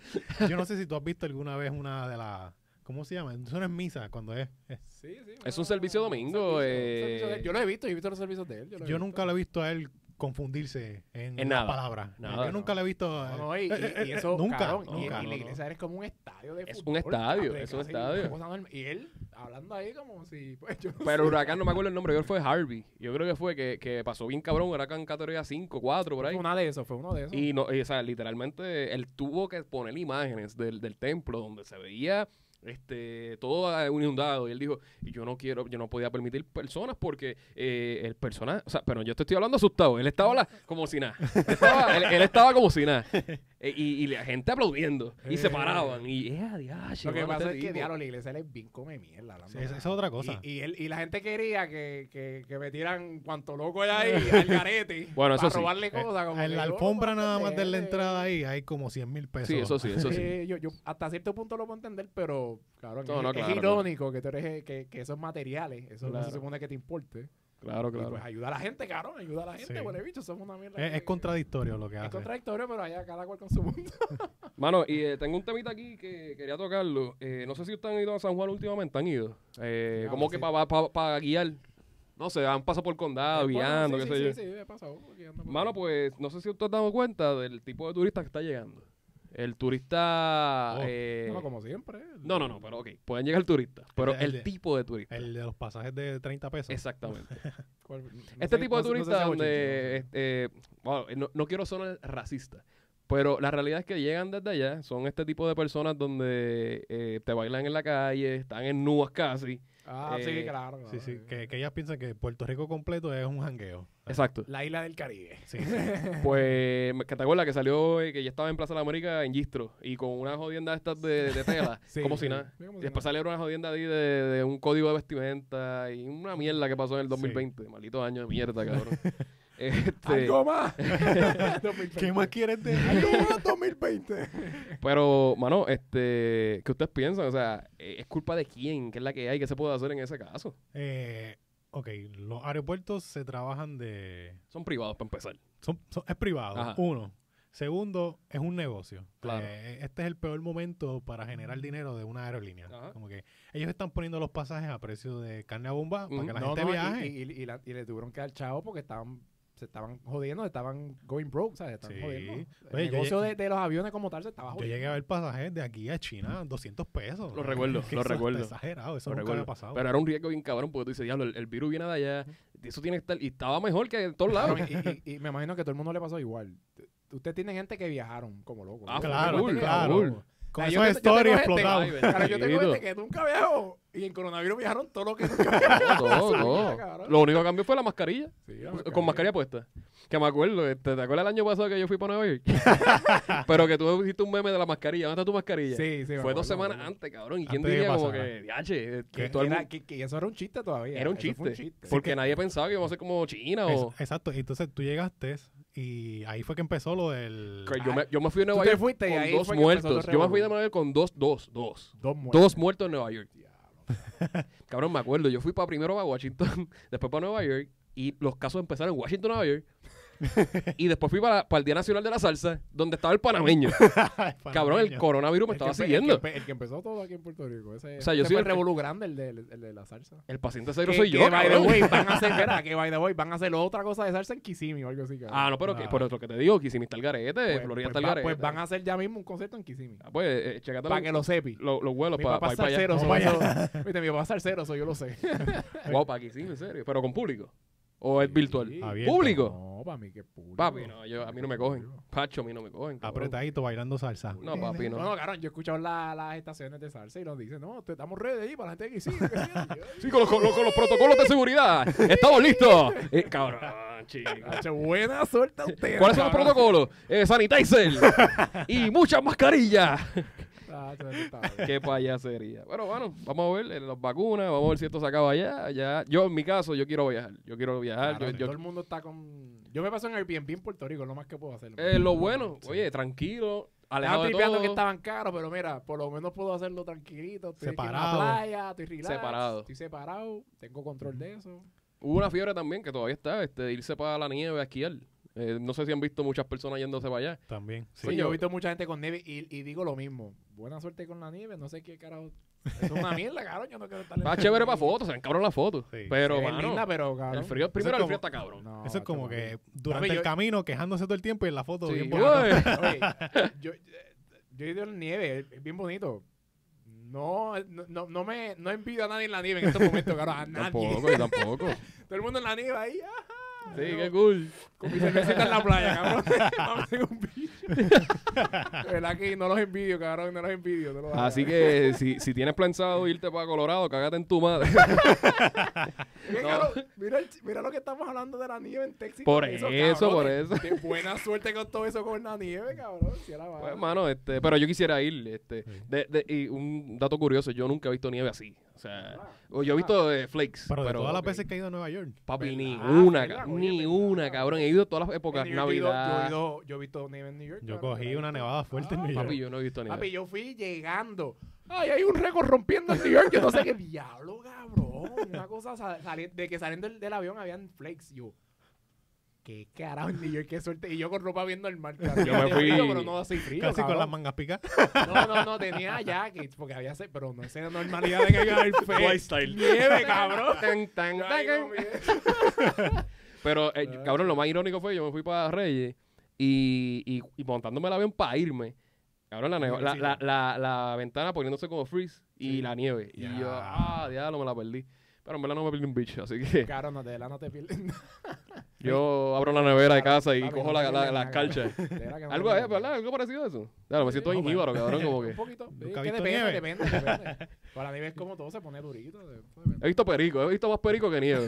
si- yo no sé si tú has visto alguna vez una de las... ¿Cómo se llama? Eso no es misa, cuando es... es-
Sí, sí,
Es
una-
un servicio domingo,
un servicio de él.
eh.
Yo lo he visto, yo he visto los servicios de él.
Yo nunca lo he visto a él confundirse en,
En
una
nada.
palabra.
Nada,
yo nunca
no.
lo he visto...
No,
eh,
no, y,
eh,
y- y
eh,
eso,
nunca.
cabrón, y-
nunca.
y, la
no, no.
iglesia eres como un estadio de
Es un
fútbol,
estadio,
cabrón,
es un
casi,
estadio.
una cosa normal. Y él hablando ahí como si... Pues, yo no
Pero Huracán, no me acuerdo el nombre, yo creo que fue Harvey. Yo creo que fue que, que pasó bien cabrón, Huracán categoría 5, 4, por
sé,
ahí.
fue una de esos, fue uno de esos.
Y, no, y, o sea, literalmente él tuvo que poner imágenes del, del templo donde se veía este todo inundado y él dijo y yo no quiero yo no podía permitir personas porque eh, el personal o sea pero yo te estoy hablando asustado él estaba la- como si nada Él estaba- él, él estaba como si nada Eh, y, y la gente aplaudiendo y se
Eh.
paraban y eh, adiache,
lo que
mano,
pasa
este
es que,
tipo.
diablo, la iglesia le es bien come mierda. hablando
Sí, esa- esa es
claro.
otra cosa.
Y, y él, y la gente quería que, que, que metieran cuanto loco era ahí al garete
Bueno, eso
para
sí.
robarle
Eh,
cosas. como
en
que
la
yo,
alfombra
no,
nada más de la
eh,
entrada ahí hay como 100 mil pesos.
sí eso sí eso sí
Eh, yo, yo hasta cierto punto lo puedo entender, pero claro,
No,
es,
no,
es
claro,
irónico que tú eres eh, que, que esos materiales, eso no
Claro.
se supone que te importe.
claro
Y pues
claro
ayuda a la gente, cabrón, ayuda a la gente,
Sí.
huele bicho, somos una mierda.
Es,
que-
es contradictorio lo que
es
hace.
contradictorio, pero allá cada cual con su mundo.
mano y eh, tengo un temita aquí que quería tocarlo Eh, no sé si ustedes han ido a San Juan últimamente han ido eh,
Claro,
como que
sí.
para guiar no sé han pasado por condado guiando
Pues, Bueno, sí,
qué
sí,
sé yo
sí, sí, me ha pasado, porque ando por
Mano,
ahí.
pues no sé si usted ha dado cuenta del tipo de turista que está llegando. El turista.
Oh,
eh,
No, como Este, siempre.
no, no, no, pero ok, pueden llegar turistas, pero
El- el
el,
de-
tipo de turista.
El de los pasajes de 30 pesos.
Exactamente.
Cual- no
este
sé-
tipo de
no sé- no sé
turista
si hago
donde. eh,
chinche, no sé.
este, bueno, no, no quiero sonar racista, Pero la realidad es que llegan desde allá, son este tipo de personas donde eh, te bailan en la calle, están en nubes casi.
Ah,
Eh,
sí, claro. claro.
Sí, sí, que, que ellas piensan que Puerto Rico completo es un jangueo.
Ah.
Exacto.
La isla del Caribe.
Sí,
Pues, me- que te acuerdas que salió, eh, que ya estaba en Plaza de la América en Gistro y con una jodienda estas de, de tela,
Sí,
como
sí.
si nada.
Sí, como si
Y después
nada.
salieron una jodienda ahí de, de un código de vestimenta y una mierda que pasó en el 2020. Maldito año de mierda, cabrón. este,
¡Algo más!
¿Qué más quieres de
¡Algo más 2020!
pero, mano, este, ¿qué ustedes piensan? O sea, eh, ¿es culpa de quién? ¿Qué es la que hay? ¿Qué se puede hacer en ese caso?
Eh, ok, los aeropuertos se trabajan de...
Son privados para empezar.
son- son- es privado,
Ajá.
uno. Segundo, es un negocio.
Claro.
Eh, este es el peor momento para generar dinero de una aerolínea.
Ajá.
Como que ellos están poniendo los pasajes a precio de carne a bomba
Ujú.
para que la
No,
gente
no, y-
viaje.
Y, y- y la- y le tuvieron que dar chavo porque estaban se estaban jodiendo, se estaban going broke, ¿sabes? Estaban
Sí.
jodiendo. El
Oye, yo
negocio de, de los aviones como tal se estaba
Yo
jodiendo.
llegué a ver pasajes de aquí a China, 200 pesos.
Mm. Lo recuerdo, lo
Que eso está
recuerdo.
Exagerado, eso
Lo
nunca
recuerdo.
había
Ah,
pasado.
Pero era un riesgo bien cabrón porque tú dices, diablo, el, el virus viene de allá. Eso tiene que estar... Y estaba mejor que en todos lados.
Claro, y, y- y me imagino que todo el mundo le pasó igual. T- Usted tiene gente que viajaron como loco.
Ah,
claro,
full,
claro.
full.
Con
O sea,
esos
yo te- yo
stories
este
tengo gente-
explotados.
Ay,
Claro, yo tengo
bendito.
gente que nunca viajó y en coronavirus viajaron todo lo que nunca viajó.
Todo,
Esa
todo.
mierda, cabrón.
Lo único que cambió fue la mascarilla.
Sí, la
Con mascarilla puesta. Que me acuerdo, este, ¿te acuerdas el año pasado que yo fui para Nueva York? Pero que tú hiciste un meme de la mascarilla. ¿Dónde está tu mascarilla?
Sí, sí. me
Fue
acuerdo,
dos semanas
me acuerdo.
antes, cabrón. ¿Y quién
Antes de que
diría como
pasara.
que, diache, eh, que
Que
todo el
Era-
mundo-
que- que eso era un chiste todavía.
era un
Eso fue
chiste. Porque
que-
nadie pensaba que íbamos a ser como China
Es-
o...
exacto, y entonces tú llegaste y ahí fue que empezó lo del...
Que yo,
Ay.
me, yo me fui a Nueva
Tú te
York
fuiste y
con
ahí
dos
fue que empezó
muertos.
todo el
Yo me fui a
revolú.
Nueva York con dos, dos, dos.
Dos muertos.
Dos muertos en Nueva York.
Diablo.
Cabrón, me acuerdo, yo fui para primero para Washington, después para Nueva York, y los casos empezaron en Washington, Nueva York. y después fui para, para el Día Nacional de la Salsa, donde estaba el panameño. Cabrón, el coronavirus me
El que
estaba
empe- el
siguiendo.
que empe- El que, empezó todo aquí en Puerto Rico. Ese,
O sea, yo
ese
soy
fue el
el-
revolú grande, el de, el de la salsa.
El paciente cero
que,
soy
que
yo.
by the
cabrón.
way, van a hacer, verá, que by the way, van a hacer otra cosa de salsa en Kissimmee o algo así. cabrón.
Ah, no, pero, que,
Ah.
pero lo que te digo, Kissimmee está el garete,
Pues-
Florida
pues
está el
va-
garete.
Pues van a hacer ya mismo un concierto en Kissimmee.
Ah, pues, eh, checate
Para
los,
que lo sepi.
los- los vuelos
Mi
para
papá es
ir para allá.
salsero,
No,
so
pa'
eso- Viste, mi papá es salsero, so yo lo sé.
Wow, para Kissimmee, en serio. Pero con público. ¿O es virtual?
Sí.
Abierto.
¿Público?
No, para mí que es público.
Papi, no, yo, a mí no me cogen.
Público.
Pacho, a mí no me cogen. cabrón.
Apretadito, bailando salsa.
No, papi,
No,
no.
no, cabrón, yo he escuchado la- las estaciones de salsa y nos dicen, no, te estamos ready ahí para la gente de Kissimmee.
Sí, con los, con los- con los protocolos de seguridad. Estamos listos. Eh, cabrón, chico.
Hacho, Buena suerte a ustedes.
¿Cuáles son los
cabrón.
protocolos? Eh, sanitizer. y muchas mascarillas.
Hacho, eso está bien.
Qué payasería. Bueno, bueno, vamos a ver eh, las vacunas, vamos a ver si esto se acaba ya. ya. Yo, en mi caso, yo quiero viajar. Yo quiero viajar.
Claro,
yo,
todo
yo-
el mundo está con. Yo me paso en Airbnb en Puerto Rico, lo más que puedo hacer.
eh, lo bueno, oye, tranquilo,
Estaba
alejado de
tripeando
todo,
que estaban caros, pero mira, por lo menos puedo hacerlo tranquilito. Estoy aquí en la
Separado.
playa, estoy relax,
Separado.
Estoy separado, tengo control de eso.
Hubo una fiebre también que todavía está, este, de irse para la nieve a esquiar. Eh, no sé si han visto muchas personas yéndose para allá.
También. sí.
Sí,
Coño.
Pues yo he visto mucha gente con nieve y, y digo lo mismo. Buena suerte con la nieve, no sé qué carajo. Es una mierda, cabrón. Yo no quiero estar en
Va
la
Ah,
nieve.
chévere para fotos, se encabrón las fotos.
Sí.
Pero,
Se ve
mano,
linda, pero cabrón.
el frío, primero el
como-
frío está cabrón.
No,
Eso es como
chaval.
que durante
ah, Papi,
el
yo-
camino quejándose todo el tiempo y en la foto
Sí, pues.
bien
güey.
bonita.
Oye, yo, eh, yo he ido en nieve, es bien bonito. No, no, no- no me no envidio a nadie en la nieve en estos momentos, claro, a nadie.
Tampoco, yo tampoco.
Todo el mundo en la nieve ahí, ajá.
Sí,
Yo
qué cool.
Con mi cervecita en la playa, cabrón. Vamos a hacer un bicho. De verdad que no los envidio, cabrón, no los envidio. no los hagas.
Así que si, si tienes pensado irte para Colorado, cágate en tu madre.
Oye,
no.
cabrón, mira, el ch- mira lo que estamos hablando de la nieve en Texas.
Por
Con
eso,
cabrón,
por
de-
eso.
de buena suerte con todo eso con la nieve, cabrón. Si era
Pues,
vara.
hermano, este, pero yo quisiera ir. Este,
Sí.
de- de- y un dato curioso, yo nunca he visto nieve así. O sea,
Ah,
o yo he visto eh, flakes.
Pero, de todas las
ok.
veces que he ido a Nueva York.
Papi, ni
¿Verdad?
una,
¿Verdad?
ca-
Oye,
ni
¿verdad?
una, cabrón. He ido todas las
en
épocas,
New York yo he ido- Yo he,
Navidad.
ido, yo he visto nieve en New York.
Yo
cabrón,
cogí
yo la he
una
visto.
nevada fuerte en New York.
Papi, yo no he visto nieve.
Papi, yo fui llegando. Ay, hay un récord rompiendo en New York. Yo no sé qué diablo, cabrón. Una cosa sa- sali- de que saliendo del, del avión habían flakes. Yo, qué carajo en New York, qué suerte. Y yo con ropa viendo el mar. cabrón.
Yo me
De
fui-
frío, pero no así frío.
Casi con
cabrón.
las mangas picadas.
No, no, no, tenía jackets porque había. se- Pero no es la normalidad de que haya el
Lifestyle.
Nieve, cabrón.
Tan, tan, tan,
Ay,
tan.
no, mire.
Pero, eh,
Ah.
cabrón, lo más irónico fue, yo me fui para Reyes y, y, y montándome el avión para irme. Cabrón, la, neva- la, la, la, la ventana poniéndose como freeze y la nieve. Y yo,
Ya.
ah, diablo, me la perdí. Pero en verdad no me perdí un bicho, así que...
Cabrón, no te la no te pierdes. nada.
Yo abro la nevera de casa y
eh, Papi,
cojo
no
la-
me
la-
digas
las
nada,
calchas.
cabrón. De verdad que no
Algo,
me
eh,
digas
¿verdad?
nada.
Algo parecido a eso. Claro, me
Sí,
siento
más o menos.
injíbaro, cabrón, como que.
Un poquito. sí,
Nunca he
que
visto
depende,
nieve.
depende, depende. Para nieve es como todo, se pone durito. de- depende.
He visto perico, he visto más perico que nieve.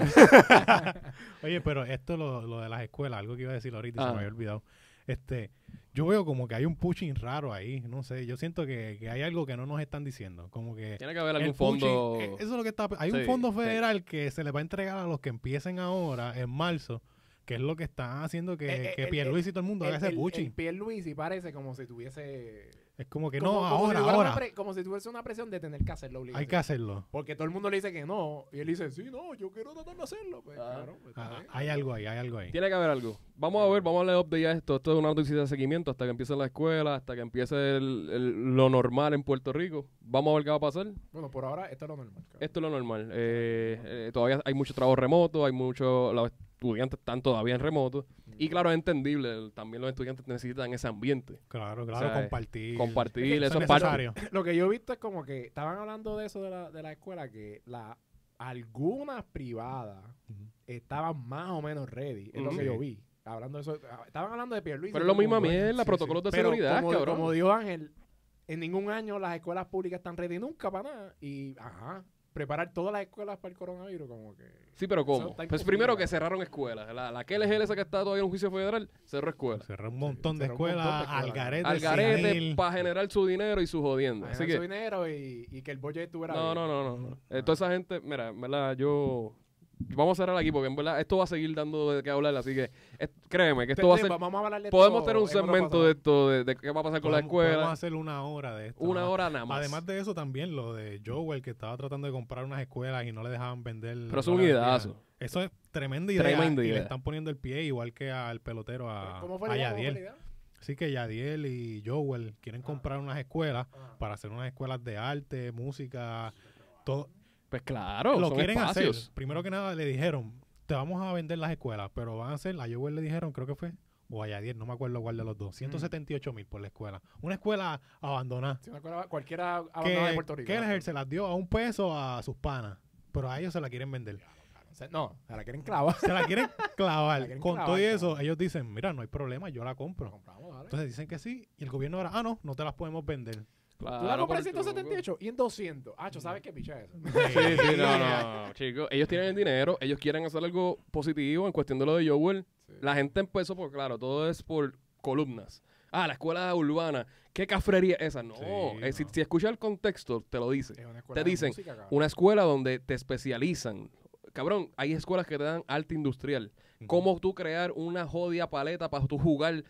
Oye, pero esto lo, lo de las escuelas, algo que iba a decir ahorita y
Ah.
se me había olvidado. Este, yo veo como que hay un pushing raro ahí, no sé, yo siento que, que hay algo que no nos están diciendo, como que
Tiene que haber
el
algún
pushing-
fondo.
eh,
e,
eso es lo que está, hay
Sí,
un fondo
sí.
federal que se le va a entregar a los que empiecen ahora en marzo, que es lo que está haciendo que,
Eh, eh,
que
el-
Pierluis y todo el mundo haga
El,
ese
el,
pushing.
el Pierluisi parece como si tuviese...
es como que
como-
no,
como si
ahora,
tuviera una
ahora,
pre- como si tuviese una presión de tener que hacerlo obligado.
hay que hacerlo.
Porque todo el mundo le dice que no. Y él dice, sí, no, yo quiero tratar de hacerlo. Pues,
Ah.
cabrón, pues, está
Ah,
bien.
hay algo ahí, hay algo ahí.
Tiene que haber algo. Vamos a ver, vamos a darle update a esto. Esto es una noticia de seguimiento hasta que empiece la escuela, hasta que empiece el- el- lo normal en Puerto Rico. Vamos a ver qué va a pasar.
Bueno, por ahora esto es lo normal. cabrón.
Esto es lo normal. Eh, eh, todavía hay mucho trabajo remoto, hay mucho, los estudiantes están todavía en remoto. Y claro, es entendible, el- también los estudiantes necesitan ese ambiente.
Claro, claro,
sea,
compartir.
Compartir,
Eso
eso es
es
parte.
necesario.
Lo que yo he visto es como que estaban hablando de eso de la, de la escuela, que la, algunas privadas
Ujú.
estaban más o menos ready. Es lo
Ujú.
que yo
Sí.
vi. Hablando de eso. ah, Estaban hablando de Pierluisi.
Pero es
todo
lo
el
mismo a
mundo, ¿eh?
mierda,
sí.
protocolos de
Pero
seguridad,
como,
cabrón.
como dijo Ángel, en ningún año las escuelas públicas están ready nunca para nada. Y, ajá, preparar todas las escuelas para el coronavirus como que...
Sí, pero
Eso
¿cómo?
está
Pues
imposible.
primero que cerraron escuelas. La, la KLGL esa que está todavía en un juicio federal, cerró escuelas.
Cerró un montón de
cerró un montón de
escuelas,
escuelas.
al garete,
Al garete para generar su dinero y su jodienda.
Así
Así que,
dinero y, y que el budget estuviera
no,
bien.
no, no, no. no.
Ah.
Eh, toda esa gente, mira, en verdad, yo... Vamos a cerrar aquí porque en verdad esto va a seguir dando de qué hablar, así que es- créeme que esto va a
Entonces,
ser...
Este vamos a hablar de
Podemos
esto
tener
en
un
otro
segmento
paso.
de esto, de, de qué va a pasar con la
Vamos a
escuela.
hacer una hora de esto.
Una
¿no?
hora nada más.
Además de eso, también lo de Joel, que estaba tratando de comprar unas escuelas y no le dejaban vender.
Pero es
no
un
le vendían.
ideazo.
Eso es tremenda idea.
Tremenda
y
idea.
le están poniendo el pie igual que al pelotero a,
¿Cómo fue
a
la idea? ¿Cómo fue la
Yadiel.
idea?
Así que Yadiel y Joel quieren
Ah.
comprar unas escuelas
Ah.
para hacer unas escuelas de arte, música, todo.
Pues claro,
lo
son
quieren
espacios.
hacer. Primero que nada le dijeron, te vamos a vender las escuelas, pero van a hacer, a Joel le dijeron, creo que fue, o a Yadier, no me acuerdo cuál de los
Mm.
dos, 178 mil por la escuela. Una escuela abandonada.
Si una escuela- cualquiera abandonada de
Que
Puerto Rico.
Kelleher se las dio a un peso a sus panas, pero a ellos se la quieren vender.
O sea, No, se la quieren clavar.
Se la quieren clavar.
La quieren
Con todo y
clavar,
eso,
cabrón.
ellos dicen, mira, no hay problema, yo la
Pero
compro.
compramos, dale.
Entonces dicen que sí, y el gobierno ahora, ah, no, no te las podemos vender.
Tú la
Claro,
compras en
porque-
178 y en 200. Acho, ¿sabes qué picha es eso?
Sí, sí, no, no, chicos. Ellos tienen el dinero, ellos quieren hacer algo positivo en cuestión de lo de Joel.
Sí.
La gente empezó por, claro, todo es por columnas. Ah, la escuela urbana. ¿Qué cafrería es esa? No,
Sí,
eh, Si,
no.
si escuchas el contexto, te lo dice.
Es una escuela
Te
de
dicen,
música, cabrón.
Una escuela donde te especializan. Cabrón, hay escuelas que te dan arte industrial. cómo tú crear una jodida paleta para tú jugar.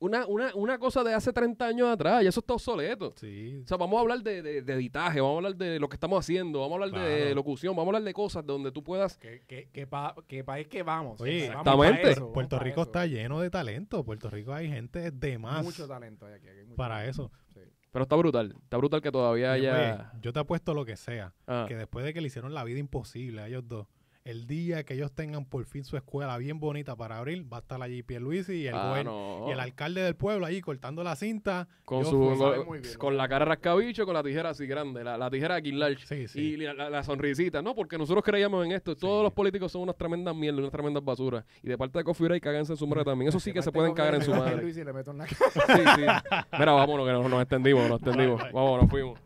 Una, una, una cosa de hace 30 años atrás, y eso está obsoleto.
Sí,
O sea, vamos a hablar de, de, de editaje, vamos a hablar de lo que estamos haciendo, vamos a hablar de
Claro.
locución, vamos a hablar de cosas donde tú puedas...
¿Qué, qué, qué, pa- qué país que vamos? Vamos
Oye,
Exactamente.
pa' eso, vamos
Puerto
pa'
Rico
eso.
está lleno de talento. Puerto Rico hay gente de más
Mucho talento hay aquí. aquí hay mucho
para
talento.
eso.
Sí.
Pero está brutal, está brutal que todavía
Y,
haya...
oye, yo te apuesto lo que sea,
Ah,
que después de que le hicieron la vida imposible a ellos dos, el día que ellos tengan por fin su escuela bien bonita para abrir, va a estar allí Pierluisi y el,
ah,
gober-
no.
y el alcalde del pueblo ahí cortando la cinta.
con
yo
su
fui-
con-
sabe muy bien,
con
¿no?
la cara rascabicho, con la tijera así grande, la, la tijera aquí large.
Sí, sí.
Y la, la- la sonrisita, no, porque nosotros creíamos en esto. Todos
Sí.
los políticos son unas tremendas mierdas, unas tremendas basuras. Y de parte de Coffee y cáganse en su madre también. Eso sí que
Aparte,
se pueden
coge
cagar
el
en su
reloj de
madre.
Luis y le meto en la
Sí, sí. Mira, vámonos, que nos, nos extendimos, nos extendimos. Vámonos, nos fuimos.